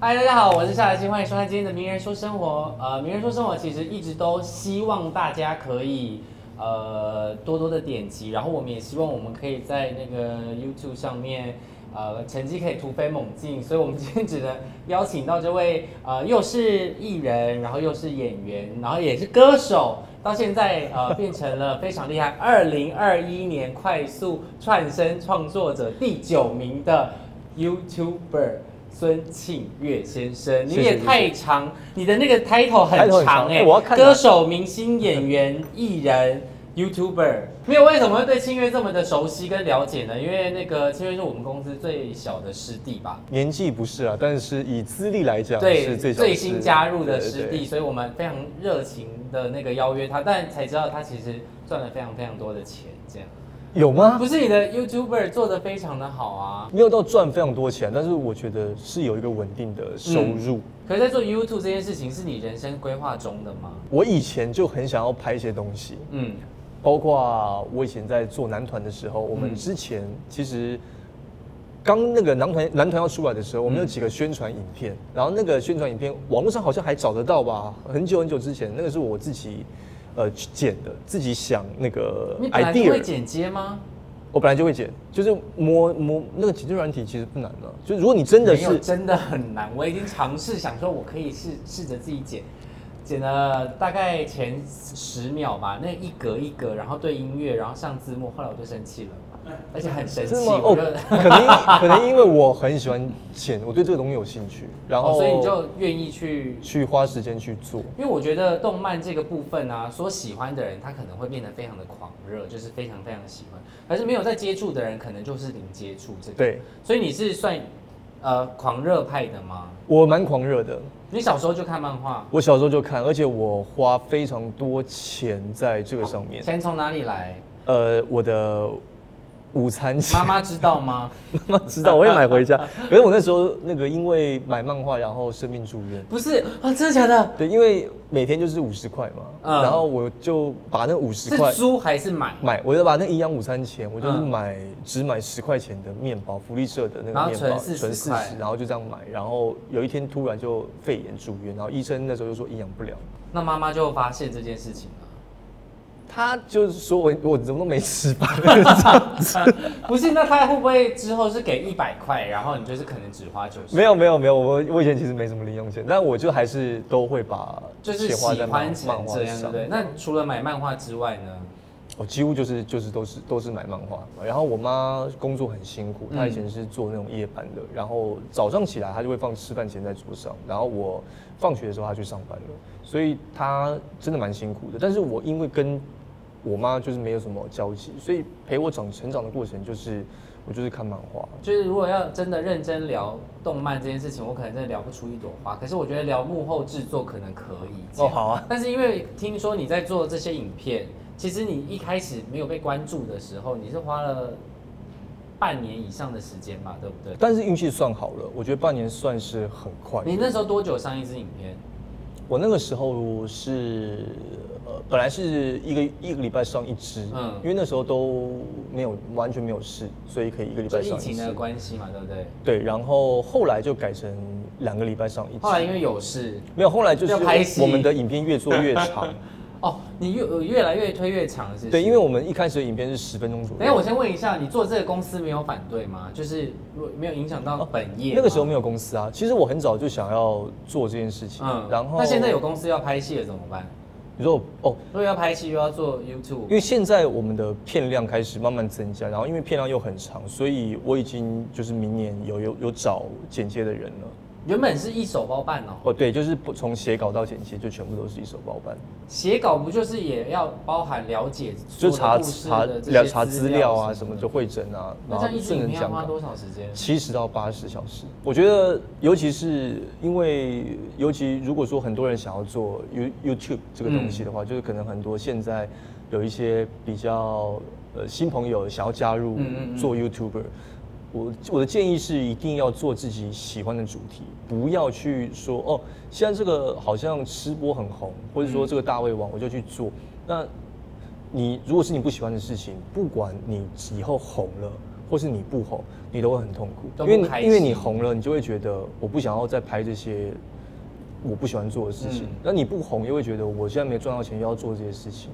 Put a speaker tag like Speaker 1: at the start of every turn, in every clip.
Speaker 1: 嗨，大家好，我是夏小七，欢迎收看今天的《名人说生活》。呃，《名人说生活》其实一直都希望大家可以呃多多的点击，然后我们也希望我们可以在那个 YouTube 上面。呃，成绩可以突飞猛进，所以我们今天只能邀请到这位呃，又是艺人，然后又是演员，然后也是歌手，到现在呃变成了非常厉害，二零二一年快速窜升创作者第九名的 YouTuber 孙庆月先生。你
Speaker 2: 谢谢
Speaker 1: 也太长，你的那个 title 很
Speaker 2: title 很
Speaker 1: 长
Speaker 2: 长
Speaker 1: 哎、
Speaker 2: 哎我要看哪
Speaker 1: 歌手、明星、演员、艺人。YouTuber 没有为什么会对清月这么的熟悉跟了解呢？因为那个清月是我们公司最小的师弟吧，
Speaker 2: 年纪不是啊，但是以资历来讲
Speaker 1: 对，
Speaker 2: 是最小
Speaker 1: 最
Speaker 2: 的师
Speaker 1: 新
Speaker 2: 弟
Speaker 1: 加入的师弟，
Speaker 2: 对对对
Speaker 1: 所以我们非常热情的那个邀约他，但才知道他其实赚了非常非常多的钱，这样。
Speaker 2: 有吗？
Speaker 1: 不是你的 YouTuber 做的非常的好啊，
Speaker 2: 没有到赚非常多钱，但是我觉得是有一个稳定的收入。
Speaker 1: 可是，在做 YouTube 这件事情是你人生规划中的吗？
Speaker 2: 我以前就很想要拍一些东西，
Speaker 1: 嗯，
Speaker 2: 包括我以前在做男团的时候，我
Speaker 1: 嗯
Speaker 2: 们之前其实刚那个男团男团要出来的时
Speaker 1: 嗯
Speaker 2: 候，我们有几个宣传影片，然后那个宣传影片网络上好像还找得到吧？很久很久之前，那个是我自己呃去剪的，自己想那个
Speaker 1: 你本来就
Speaker 2: idea
Speaker 1: 会。剪接吗？
Speaker 2: 我本来就会剪，就是摸摸那个剪辑软体其实不难的、就如果你真的
Speaker 1: 没有
Speaker 2: 是
Speaker 1: 真的很难，我已经尝试想说我可以试试着自己剪，剪了大概前十秒吧，那一格一格，然后对音乐，然后上字幕，后来我就生气了，而且很生气，
Speaker 2: 真的吗？
Speaker 1: 我
Speaker 2: 哦
Speaker 1: 就、，
Speaker 2: 可 能可能因为我很喜欢剪，我对这个东西有兴趣，然后、
Speaker 1: 哦所以你就愿意去
Speaker 2: 去花时间去做。
Speaker 1: 因为我觉得动漫这个部分啊，所喜欢的人他可能会变得非常的狂热，就是非常非常喜欢，而是没有在接触的人可能就是零接触这个。，
Speaker 2: 对
Speaker 1: 所以你是算呃狂热派的吗？
Speaker 2: 我蛮狂热的，
Speaker 1: 你小时候就看漫画，
Speaker 2: 我小时候就看，而且我花非常多钱在这个上面。
Speaker 1: 钱从哪里来？
Speaker 2: 呃，我的午餐 钱
Speaker 1: 妈妈知道吗？
Speaker 2: 妈妈知道，我也买回家。可是我那时候那个因为买漫画，然后生病住院。
Speaker 1: 不是啊，真的假的？
Speaker 2: 对，因为每天就是五十块嘛，
Speaker 1: 嗯
Speaker 2: 然后我就把那五十
Speaker 1: 是
Speaker 2: 块
Speaker 1: 租还是买？
Speaker 2: 买，我就把那营养午餐钱，我就是
Speaker 1: 嗯
Speaker 2: 买、只买十块钱的面包，福利社的那
Speaker 1: 然
Speaker 2: 个
Speaker 1: 后
Speaker 2: 面
Speaker 1: 存
Speaker 2: 包，
Speaker 1: 40
Speaker 2: 四
Speaker 1: 块
Speaker 2: 十，然后就这样买。然后有一天突然就肺炎住院，然后医生那时候就说营养不良，
Speaker 1: 那妈妈就发现这件事情了。
Speaker 2: 他就是说我我怎么都没吃饭，
Speaker 1: 不是，那他会不会之后是给一百块，然后你就是可能只花九十？
Speaker 2: 没有没有没有，我我以前其实没什么零用钱，但我就还是都会把
Speaker 1: 就是
Speaker 2: 钱花
Speaker 1: 喜
Speaker 2: 在漫
Speaker 1: 欢
Speaker 2: 漫
Speaker 1: 成
Speaker 2: 画
Speaker 1: 这样，对
Speaker 2: 上
Speaker 1: 不。对？那除了买漫画之外呢？
Speaker 2: 我哦几乎就是就是都是都是买漫画，然后我妈工作很辛苦，她以前是做那种夜班的，然后早上起来她就会放吃饭前在桌上，然后我放学的时候她去上班了，所以她真的蛮辛苦的。但是我因为跟我妈就是没有什么交集，所以陪我长成长的过程就是我就是看漫画，
Speaker 1: 就是如果要真的认真聊动漫这件事情，我可能真的聊不出一朵花。可是我觉得聊幕后制作可能可以。这样
Speaker 2: 哦好啊。
Speaker 1: 但是因为听说你在做这些影片，其实你一开始没有被关注的时候，你是花了半年以上的时间吧，对不对？
Speaker 2: 但是运气算好了，我觉得半年算是很快的。
Speaker 1: 你那时候多久上一支影片？
Speaker 2: 我那个时候是呃，本来是一个一个礼拜上一支，
Speaker 1: 嗯
Speaker 2: 嗯，因为那时候都没有完全没有事，所以可以一个礼
Speaker 1: 就
Speaker 2: 拜
Speaker 1: 疫
Speaker 2: 上一
Speaker 1: 情的
Speaker 2: 支。
Speaker 1: 关系嘛，对不对？
Speaker 2: 对，然后后来就改成两个礼拜上一支。
Speaker 1: 后来因为有事，
Speaker 2: 没有，后来就是
Speaker 1: 要拍戏
Speaker 2: 我们的影片越做越 长，
Speaker 1: 哦，你越呃越来越推越长，是不是？
Speaker 2: 对，因为我们一开始的影片是十分钟左右。
Speaker 1: 等一下，我先问一下，你做这个公司没有反对吗？就是如果没有影响到本业吗、
Speaker 2: 哦那个时候没有公司啊，其实我很早就想要做这件事情，
Speaker 1: 嗯，
Speaker 2: 然后
Speaker 1: 那现在有公司要拍戏了怎么办？
Speaker 2: 你说哦，
Speaker 1: 如果要拍戏又要做
Speaker 2: 因
Speaker 1: YouTube，
Speaker 2: 为现在我们的片量开始慢慢增加，然后因为片量又很长，所以我已经就是明年有有有找剪接的人了。
Speaker 1: 原本是一手包办哦，
Speaker 2: 哦，对，就是不从写稿到剪接就全部都是一手包办，
Speaker 1: 写稿不就是也要包含了解所
Speaker 2: 就
Speaker 1: 有
Speaker 2: 查
Speaker 1: 的故事
Speaker 2: 查
Speaker 1: 的这
Speaker 2: 了
Speaker 1: 些
Speaker 2: 查资料啊，
Speaker 1: 什
Speaker 2: 什
Speaker 1: 么
Speaker 2: 么
Speaker 1: 的
Speaker 2: 就会诊啊，
Speaker 1: 那这
Speaker 2: 然后
Speaker 1: 样一支
Speaker 2: 顺
Speaker 1: 影
Speaker 2: 能
Speaker 1: 片要
Speaker 2: 讲
Speaker 1: 花
Speaker 2: 稿。
Speaker 1: 多少时间？
Speaker 2: 七十到八十小时，我觉得尤其是因为，尤其如果说很多人想要做 You YouTube 这个东西
Speaker 1: 嗯
Speaker 2: 的话，就是可能很多现在有一些比较呃新朋友想要加入
Speaker 1: 嗯嗯嗯
Speaker 2: 做 YouTuber，我我的建议是一定要做自己喜欢的主题，不要去说哦，现在这个好像吃播很红，或者说
Speaker 1: 嗯
Speaker 2: 这个大胃王我就去做，那你如果是你不喜欢的事情，不管你以后红了，或是你不红，你都会很痛苦，
Speaker 1: 都不
Speaker 2: 因为你
Speaker 1: 开心
Speaker 2: 因为你红了，你就会觉得我不想要再拍这些我不喜欢做的事情
Speaker 1: 嗯。
Speaker 2: 那、你不红，又会觉得我现在没赚到钱，又要做这些事情，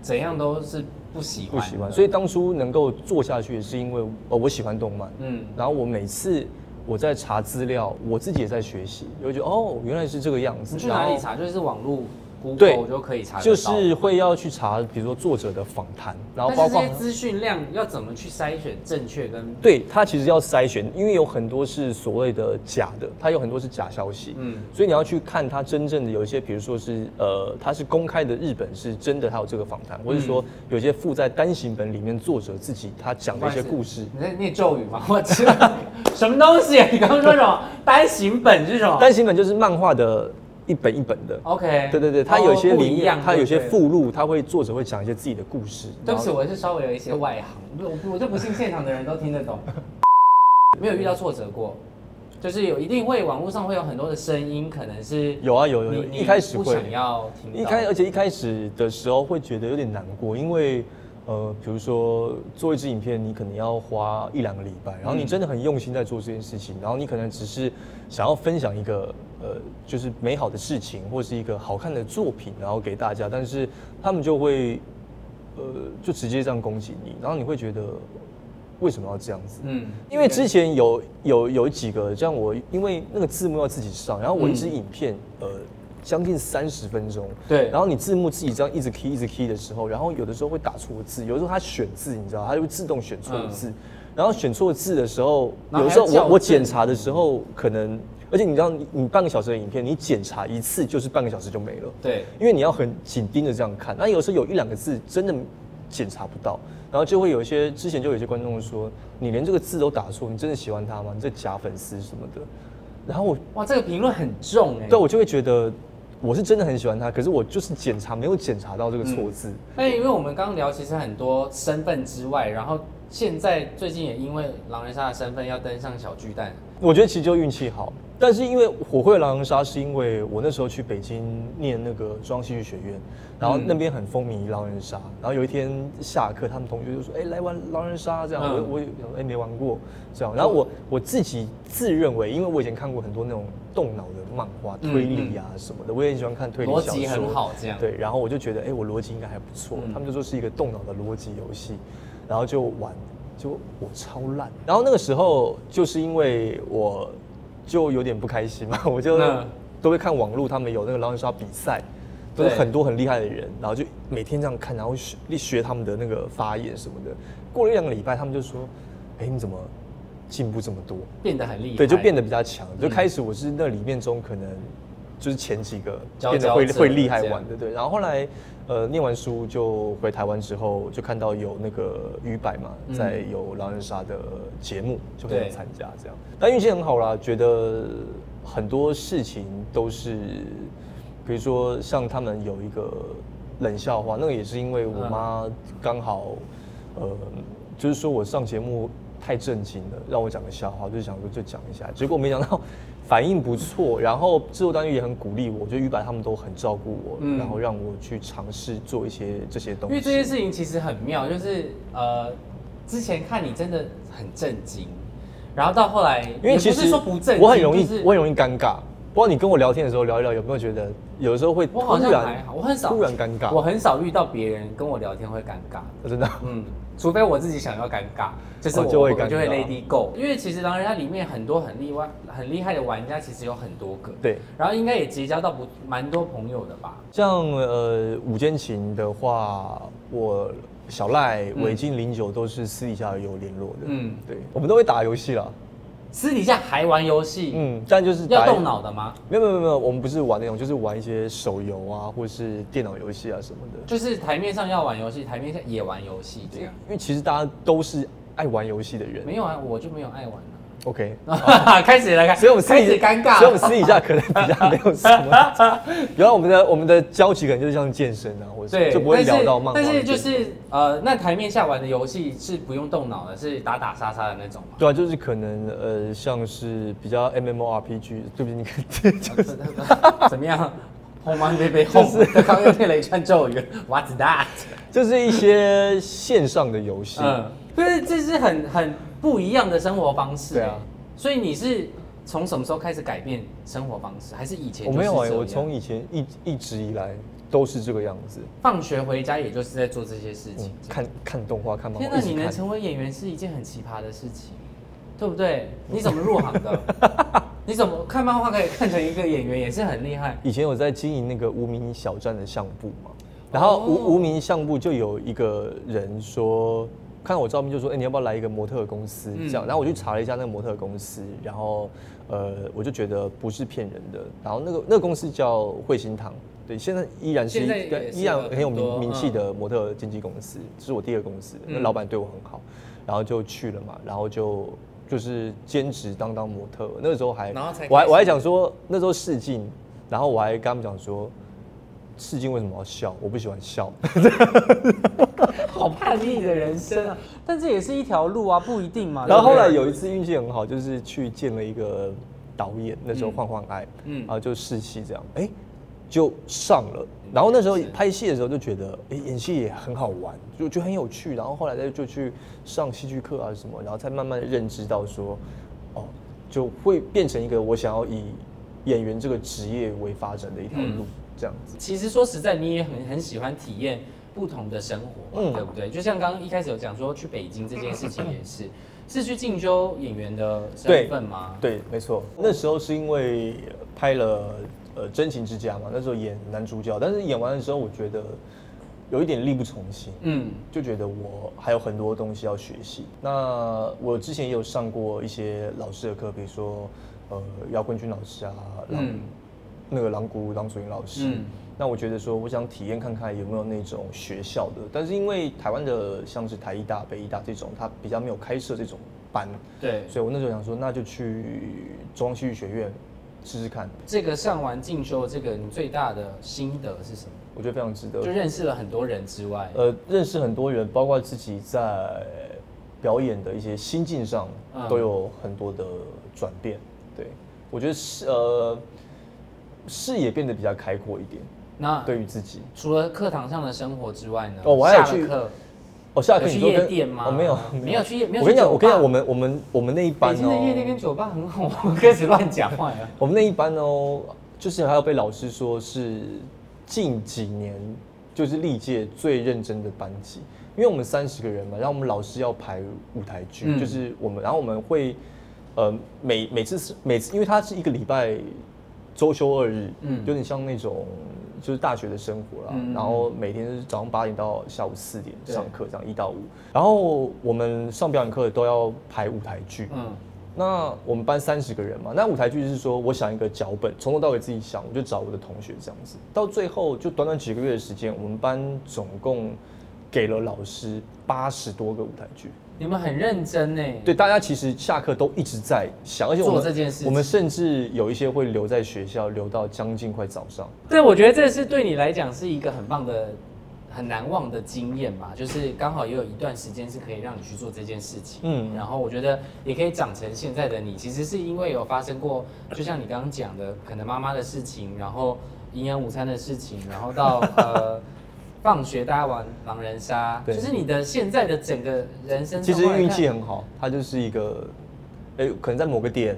Speaker 1: 怎样都是不喜欢
Speaker 2: 不
Speaker 1: 的，
Speaker 2: 喜欢。所以当初能够做下去，是因为呃我喜欢动漫，
Speaker 1: 嗯，
Speaker 2: 然后我每次。我在查资料，我自己也在学习，我就觉得哦，原来是这个样子。
Speaker 1: 你去哪
Speaker 2: 然后
Speaker 1: 里查？就是网络 Google
Speaker 2: 对
Speaker 1: 就可以查得到，
Speaker 2: 就是会要去查，比如说作者的访谈，然后
Speaker 1: 但
Speaker 2: 包
Speaker 1: 是这
Speaker 2: 括
Speaker 1: 些资讯量要怎么去筛选正确跟
Speaker 2: 对他其实要筛选，因为有很多是所谓的假的，它有很多是假消息，
Speaker 1: 嗯
Speaker 2: 嗯，所以你要去看它真正的有一些，比如说是呃，它是公开的日本是真的，它有这个访谈，
Speaker 1: 嗯
Speaker 2: 或者说有些附在单行本里面作者自己他讲的一些故事。
Speaker 1: 你在念咒语吗？我知道 什么东西？啊你刚刚说什么？单行本是什么
Speaker 2: 单行本就是漫画的一本一本的，
Speaker 1: ？OK，
Speaker 2: 对对对，它
Speaker 1: 哦
Speaker 2: 有些
Speaker 1: 不
Speaker 2: 里
Speaker 1: 一
Speaker 2: 面
Speaker 1: 样，
Speaker 2: 它有些
Speaker 1: 对。
Speaker 2: 附录，它会作者会讲一些自己的故事。
Speaker 1: 对不
Speaker 2: 然
Speaker 1: 起，
Speaker 2: 后
Speaker 1: 我是稍微有一些外行，我我就不信现场的人都听 得懂。没有遇到挫折过，就是有一定会网络上会有很多的声音，可能是
Speaker 2: 有啊有有有
Speaker 1: 你，
Speaker 2: 一开始
Speaker 1: 你
Speaker 2: 会
Speaker 1: 不想要听到，
Speaker 2: 一开，而且一开始的时候会觉得有点难过，因为呃，比如说做一支影片，你可能要花一两个礼拜，然后你真的很用心在做这件事情，然后你可能只是想要分享一个呃，就是美好的事情或是一个好看的作品，然后给大家，但是他们就会呃，就直接这样攻击你，然后你会觉得为什么要这样子？
Speaker 1: 嗯，
Speaker 2: 因为之前有有有几个，像我因为那个字幕要自己上，然后
Speaker 1: 嗯
Speaker 2: 我一支影片、呃将近三十分钟，
Speaker 1: 对
Speaker 2: 然后你字幕自己这样一直 key 一直 key 的时候，然后有的时候会打错字，有的时候它选字你知道，它就会自动选错字，然后选错字的时候，
Speaker 1: 嗯然
Speaker 2: 有
Speaker 1: 后
Speaker 2: 的
Speaker 1: 还
Speaker 2: 时
Speaker 1: 要
Speaker 2: 候我
Speaker 1: 校
Speaker 2: 我
Speaker 1: 正
Speaker 2: 检查的时候可能，而且你知道你你半个小时的影片，你检查一次就是半个小时就没了，
Speaker 1: 对，
Speaker 2: 因为你要很紧盯着这样看，那有时候有一两个字真的检查不到，然后就会有一些之前就有一些观众说，你连这个字都打错，你真的喜欢他吗？你这假粉丝什么的，然后我
Speaker 1: 哇，这个评论很重哎、
Speaker 2: 对我就会觉得我是真的很喜欢他，可是我就是检查没有检查到这个错字，
Speaker 1: 那因为我们刚刚聊，其实很多身份之外，然后现在最近也因为狼人杀的身份要登上小巨蛋，
Speaker 2: 我觉得其实就运气好。但是因为我会狼人杀，是因为我那时候去北京念那个中央戏剧学院，然后那边很风靡狼人杀。然后有一天下课，他们同学就说：“哎、来玩狼人杀。”这样，
Speaker 1: 嗯
Speaker 2: 我我也想说哎、没玩过这样。然后我我自己自认为，因为我以前看过很多那种动脑的漫画、
Speaker 1: 嗯
Speaker 2: 推理啊什么的，我也很喜欢看推理
Speaker 1: 逻
Speaker 2: 小
Speaker 1: 辑
Speaker 2: 说，
Speaker 1: 很好这样
Speaker 2: 对，然后我就觉得，哎、我逻辑应该还不错。
Speaker 1: 嗯
Speaker 2: 他们就说是一个动脑的逻辑游戏，然后就玩，就我超烂。然后那个时候就是因为我就有点不开心嘛， 我就
Speaker 1: 嗯
Speaker 2: 都会看网络，他们有那个狼人杀比赛，都是
Speaker 1: 对
Speaker 2: 很多很厉害的人，然后就每天这样看，然后学学他们的那个发言什么的。过了一两个礼拜，他们就说，哎、你怎么进步这么多？
Speaker 1: 变得很厉害，
Speaker 2: 对，就变得比较强。就
Speaker 1: 嗯
Speaker 2: 开始我是那里面中可能就是前几个
Speaker 1: 佼
Speaker 2: 变得
Speaker 1: 佼
Speaker 2: 会
Speaker 1: 者
Speaker 2: 会厉害
Speaker 1: 这样
Speaker 2: 玩的，对。然后后来呃念完书就回台湾之后，就看到有那个鱼百嘛，
Speaker 1: 嗯
Speaker 2: 在有狼人杀的节目，就很
Speaker 1: 对
Speaker 2: 想参加这样。但运气很好啦，觉得很多事情都是，比如说像他们有一个冷笑话，那个也是因为我
Speaker 1: 嗯
Speaker 2: 妈刚好呃，就是说我上节目太震惊了，让我讲个笑话，就想说就讲一下，结果没想到反应不错，然后制作单位也很鼓励我，就于白他们都很照顾我，
Speaker 1: 嗯
Speaker 2: 然后让我去尝试做一些这些东
Speaker 1: 因为这
Speaker 2: 西。
Speaker 1: 件事情其实很妙，就是呃，之前看你真的很震惊，然后到后来，
Speaker 2: 因为其
Speaker 1: 也不是
Speaker 2: 实
Speaker 1: 说不震惊，
Speaker 2: 我很容易
Speaker 1: 就是，
Speaker 2: 我很容易尴尬。不知道你跟我聊天的时候聊一聊，有没有觉得有时候会
Speaker 1: 我
Speaker 2: 突
Speaker 1: 好像还
Speaker 2: 然
Speaker 1: 好，我很少
Speaker 2: 突然尴尬
Speaker 1: 我很少遇到别人跟我聊天会尴尬，
Speaker 2: 真的。
Speaker 1: 嗯，除非我自己想要尴尬，就是
Speaker 2: 哦
Speaker 1: 我
Speaker 2: 就会
Speaker 1: 我就会
Speaker 2: 尴尬
Speaker 1: Lady Go，因为其实狼人杀里面很多很厉害、很厉害的玩家，其实有很多个，
Speaker 2: 对，
Speaker 1: 然后应该也结交到不蛮多朋友的吧？
Speaker 2: 像呃午间情的话，我小赖、
Speaker 1: 嗯
Speaker 2: 韦静、零九都是私底下有联络的。
Speaker 1: 嗯
Speaker 2: 嗯，对，我们都会打游戏啦。
Speaker 1: 私底下还玩游戏，
Speaker 2: 嗯，但就是
Speaker 1: 要
Speaker 2: 打
Speaker 1: 动。脑的吗？
Speaker 2: 没有没有没有，我们不是玩那种，就是玩一些手游啊，或是电脑游戏啊什么的。
Speaker 1: 就是台面上要玩游戏，台面下也玩游戏这
Speaker 2: 因
Speaker 1: 样。
Speaker 2: 为其实大家都是爱玩游戏的人。
Speaker 1: 没有啊，我就没有爱玩啊
Speaker 2: OK，
Speaker 1: 开始了，开
Speaker 2: 哦所以我们私
Speaker 1: 开
Speaker 2: 底
Speaker 1: 始尴尬，
Speaker 2: 所以我们私底下可能比较没有什 么。原来我们的我们的交集可能就是像健身啊，或者
Speaker 1: 对，
Speaker 2: 就不会
Speaker 1: 但
Speaker 2: 聊
Speaker 1: 是
Speaker 2: 到漫画
Speaker 1: 但
Speaker 2: 的
Speaker 1: 是
Speaker 2: 电
Speaker 1: 就
Speaker 2: 影。
Speaker 1: 是呃，那台面下玩的游戏是不用动脑的，是打打杀杀的那种嘛。
Speaker 2: 对啊，就是可能呃，像是比较 MMORPG，对不起，你看， 就是
Speaker 1: 怎么样？轰吗？别别轰！刚刚又念了一串咒语，What's that？
Speaker 2: 就是一些线上的游戏。
Speaker 1: 嗯对，这是很很不一样的生活方式。
Speaker 2: 对啊，
Speaker 1: 所以你是从什么时候开始改变生活方式？还是以前
Speaker 2: 我
Speaker 1: 就是
Speaker 2: 没有哎、
Speaker 1: 这样
Speaker 2: 我从以前一一直以来都是这个样子，
Speaker 1: 放学回家也就是在做这些事
Speaker 2: 嗯
Speaker 1: 情。，
Speaker 2: 看看动画，看漫
Speaker 1: 天
Speaker 2: 画，
Speaker 1: 哪，
Speaker 2: 一
Speaker 1: 你
Speaker 2: 直
Speaker 1: 能
Speaker 2: 看。
Speaker 1: 成为演员是一件很奇葩的事情，对不对？你怎么入行的？ 你怎么看漫画可以看成一个演员，也是很厉害。
Speaker 2: 以前有在经营那个无名小站的相簿嘛，然后无、
Speaker 1: 哦
Speaker 2: 无名相簿就有一个人说，看我照片就说，哎、你要不要来一个模特公司
Speaker 1: 嗯
Speaker 2: 这样？然后我去查了一下那个模特公司，然后呃，我就觉得不是骗人的。然后那个那个公司叫汇星堂，对，现在依然是一
Speaker 1: 现在也
Speaker 2: 对
Speaker 1: 是
Speaker 2: 依然
Speaker 1: 有
Speaker 2: 很有
Speaker 1: 很多
Speaker 2: 名名气
Speaker 1: 嗯
Speaker 2: 的模特经纪公司，这是我第二个公司，那
Speaker 1: 嗯
Speaker 2: 老板对我很好，然后就去了嘛，然后就。就是兼职当当模特，那个时候还，
Speaker 1: 然后才
Speaker 2: 我还
Speaker 1: 开始
Speaker 2: 我还想说那时候试镜，然后我还跟他们讲说，试镜为什么要笑？我不喜欢笑。
Speaker 1: 好叛逆的人生啊！ 但这也是一条路啊，不一定嘛。
Speaker 2: 然后后来
Speaker 1: 对不
Speaker 2: 有一次运气很好，就是去见了一个导演，那时候换换爱，
Speaker 1: 嗯
Speaker 2: 嗯，然后就试戏这样，哎、就上了。然后那时候拍戏的时候就觉得，哎、演戏也很好玩，就就很有趣。然后后来再就去上戏剧课啊什么，然后才慢慢地认知到说，哦，就会变成一个我想要以演员这个职业为发展的一条
Speaker 1: 嗯
Speaker 2: 路，这样子。
Speaker 1: 对其实说实在，你也很很喜欢体验不同的生活嘛，
Speaker 2: 嗯
Speaker 1: 对不对？就像刚刚一开始有讲说去北京这件事情也是，是去进修演员的身份吗？
Speaker 2: 对，没错。那时候是因为拍了呃《真情之家》嘛，那时候演男主角，但是演完的时候，我觉得有一点力不从心，
Speaker 1: 嗯，
Speaker 2: 就觉得我还有很多东西要学习。那我之前也有上过一些老师的课，比如说呃姚坤军老师啊，然后
Speaker 1: 嗯
Speaker 2: 那个郎古郎祖云老师。
Speaker 1: 嗯
Speaker 2: 那我觉得说，我想体验看看有没有那种学校的，但是因为台湾的像是台艺大、北艺大这种，它比较没有开设这种班，
Speaker 1: 对。
Speaker 2: 所以我那时候想说，那就去中央戏剧学院试试看，
Speaker 1: 这个上完进修，这个你最大的心得是什么？
Speaker 2: 我觉得非常值
Speaker 1: 就
Speaker 2: 得。
Speaker 1: 认识了很多人之外，
Speaker 2: 呃，认识很多人，包括自己在表演的一些心境上
Speaker 1: 嗯
Speaker 2: 都有很多的转变。对，我觉得是呃视野变得比较开阔一点，
Speaker 1: 那
Speaker 2: 对于自己。
Speaker 1: 除了课堂上的生活之外呢？
Speaker 2: 哦我还有
Speaker 1: 下了
Speaker 2: 去
Speaker 1: 课
Speaker 2: 哦，下课你
Speaker 1: 有去
Speaker 2: 说跟
Speaker 1: 夜店吗
Speaker 2: 哦，没有，
Speaker 1: 没有去夜没有
Speaker 2: 我跟你
Speaker 1: 去酒吧
Speaker 2: 讲，我跟你讲，我们我们我们那一班
Speaker 1: 北京的夜店
Speaker 2: 哦，
Speaker 1: 跟酒吧很好，我开始乱讲话了。
Speaker 2: 我们那一班哦，就是还有被老师说是近几年就是历届最认真的班级，因为我们三十个人嘛，然后我们老师要排舞台剧，
Speaker 1: 嗯
Speaker 2: 就是我们，然后我们会呃每每次是每次，因为它是一个礼拜周休二日，
Speaker 1: 嗯
Speaker 2: 嗯，有点像那种就是大学的生活啦，
Speaker 1: 嗯
Speaker 2: 然后每天是早上八点到下午四点
Speaker 1: 对
Speaker 2: 上课，这样一到五，然后我们上表演课都要排舞台剧，
Speaker 1: 嗯，
Speaker 2: 那我们班三十个人嘛，那舞台剧是说我想一个脚本，从头到尾自己想，我就找我的同学这样子，到最后就短短几个月的时间，我们班总共给了老师八十多个舞台剧。
Speaker 1: 你们很认真呢。
Speaker 2: 对，大家其实下课都一直在想，而且我
Speaker 1: 做
Speaker 2: 们
Speaker 1: 这件事情
Speaker 2: 我们甚至有一些会留在学校，留到将近快早上。
Speaker 1: 对，我觉得这是对你来讲是一个很棒的、很难忘的经验吧。就是刚好也有一段时间是可以让你去做这件事情，嗯，
Speaker 2: 嗯
Speaker 1: 然后我觉得也可以长成现在的你。其实是因为有发生过，就像你刚刚讲的，可能妈妈的事情，然后营养午餐的事情，然后 到呃。放学大家玩狼人杀，
Speaker 2: 对
Speaker 1: 就是你的现在的整个人生。
Speaker 2: 其实运气很好，它就是一个，哎、可能在某个点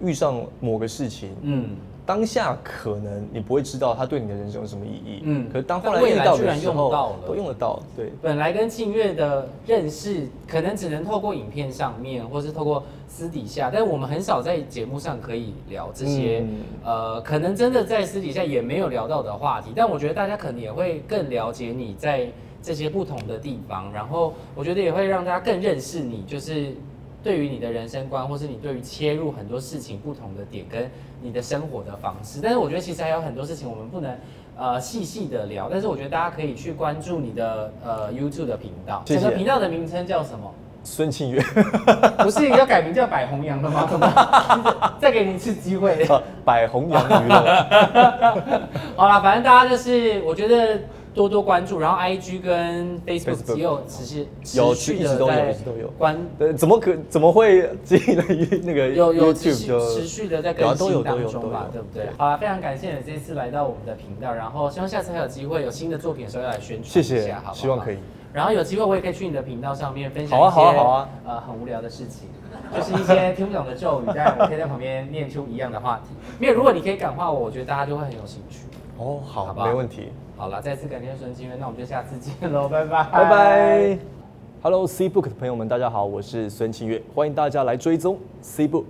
Speaker 2: 遇上某个事情，
Speaker 1: 嗯，
Speaker 2: 当下可能你不会知道它对你的人生有什么意义，
Speaker 1: 嗯
Speaker 2: 嗯，可是当
Speaker 1: 但
Speaker 2: 后来
Speaker 1: 未
Speaker 2: 遇
Speaker 1: 来
Speaker 2: 到
Speaker 1: 居
Speaker 2: 的
Speaker 1: 然
Speaker 2: 时
Speaker 1: 用
Speaker 2: 候
Speaker 1: 到了
Speaker 2: 都用得到，对，
Speaker 1: 本来跟静月的认识，可能只能透过影片上面，或是透过私底下，但我们很少在节目上可以聊这些，
Speaker 2: 嗯
Speaker 1: 呃，可能真的在私底下也没有聊到的话题。但我觉得大家可能也会更了解你在这些不同的地方，然后我觉得也会让大家更认识你，就是。对于你的人生观，或是你对于切入很多事情不同的点，跟你的生活的方式，但是我觉得其实还有很多事情我们不能呃细细的聊，但是我觉得大家可以去关注你的呃 YouTube 的频道，
Speaker 2: 谢谢
Speaker 1: 整个频道的名称叫什么？
Speaker 2: 孙庆月
Speaker 1: 不是要改名叫百红羊了吗？再给你一次机会。
Speaker 2: 百红洋娱乐，
Speaker 1: 好啦，反正大家就是我觉得多多关注，然后 IG 跟 Facebook
Speaker 2: Facebook
Speaker 1: 也有持续
Speaker 2: 有
Speaker 1: 持续
Speaker 2: 一
Speaker 1: 的
Speaker 2: 直都有
Speaker 1: 在
Speaker 2: 一直都有
Speaker 1: 关
Speaker 2: 对，怎么可怎么会自己的那 个
Speaker 1: 有有持
Speaker 2: YouTube
Speaker 1: 续
Speaker 2: 就
Speaker 1: 持续的在
Speaker 2: 有
Speaker 1: 更
Speaker 2: 啊都
Speaker 1: 新
Speaker 2: 有都
Speaker 1: 当
Speaker 2: 有都
Speaker 1: 中嘛
Speaker 2: 有，
Speaker 1: 对不对？好啦，非常感谢你这次来到我们的频道，然后希望下次还有机会有新的作品的时候要来宣传一下，
Speaker 2: 谢谢
Speaker 1: 好不好
Speaker 2: 希望可以。
Speaker 1: 然后有机会我也可以去你的频道上面分享
Speaker 2: 好啊
Speaker 1: 一些
Speaker 2: 好啊好啊
Speaker 1: 呃很无聊的事情，就是一些听不懂的咒语，但我可以在旁边念出一样的话题。因为如果你可以感化我，我觉得大家就会很有兴趣。
Speaker 2: 哦，
Speaker 1: 好
Speaker 2: 好，
Speaker 1: 吧
Speaker 2: 没问题，
Speaker 1: 好了，再次感谢孙金源，那我们就下次见喽，拜拜，
Speaker 2: 拜拜。Hello C Book 的朋友们，大家好，我是孙清月，欢迎大家来追踪 C Book。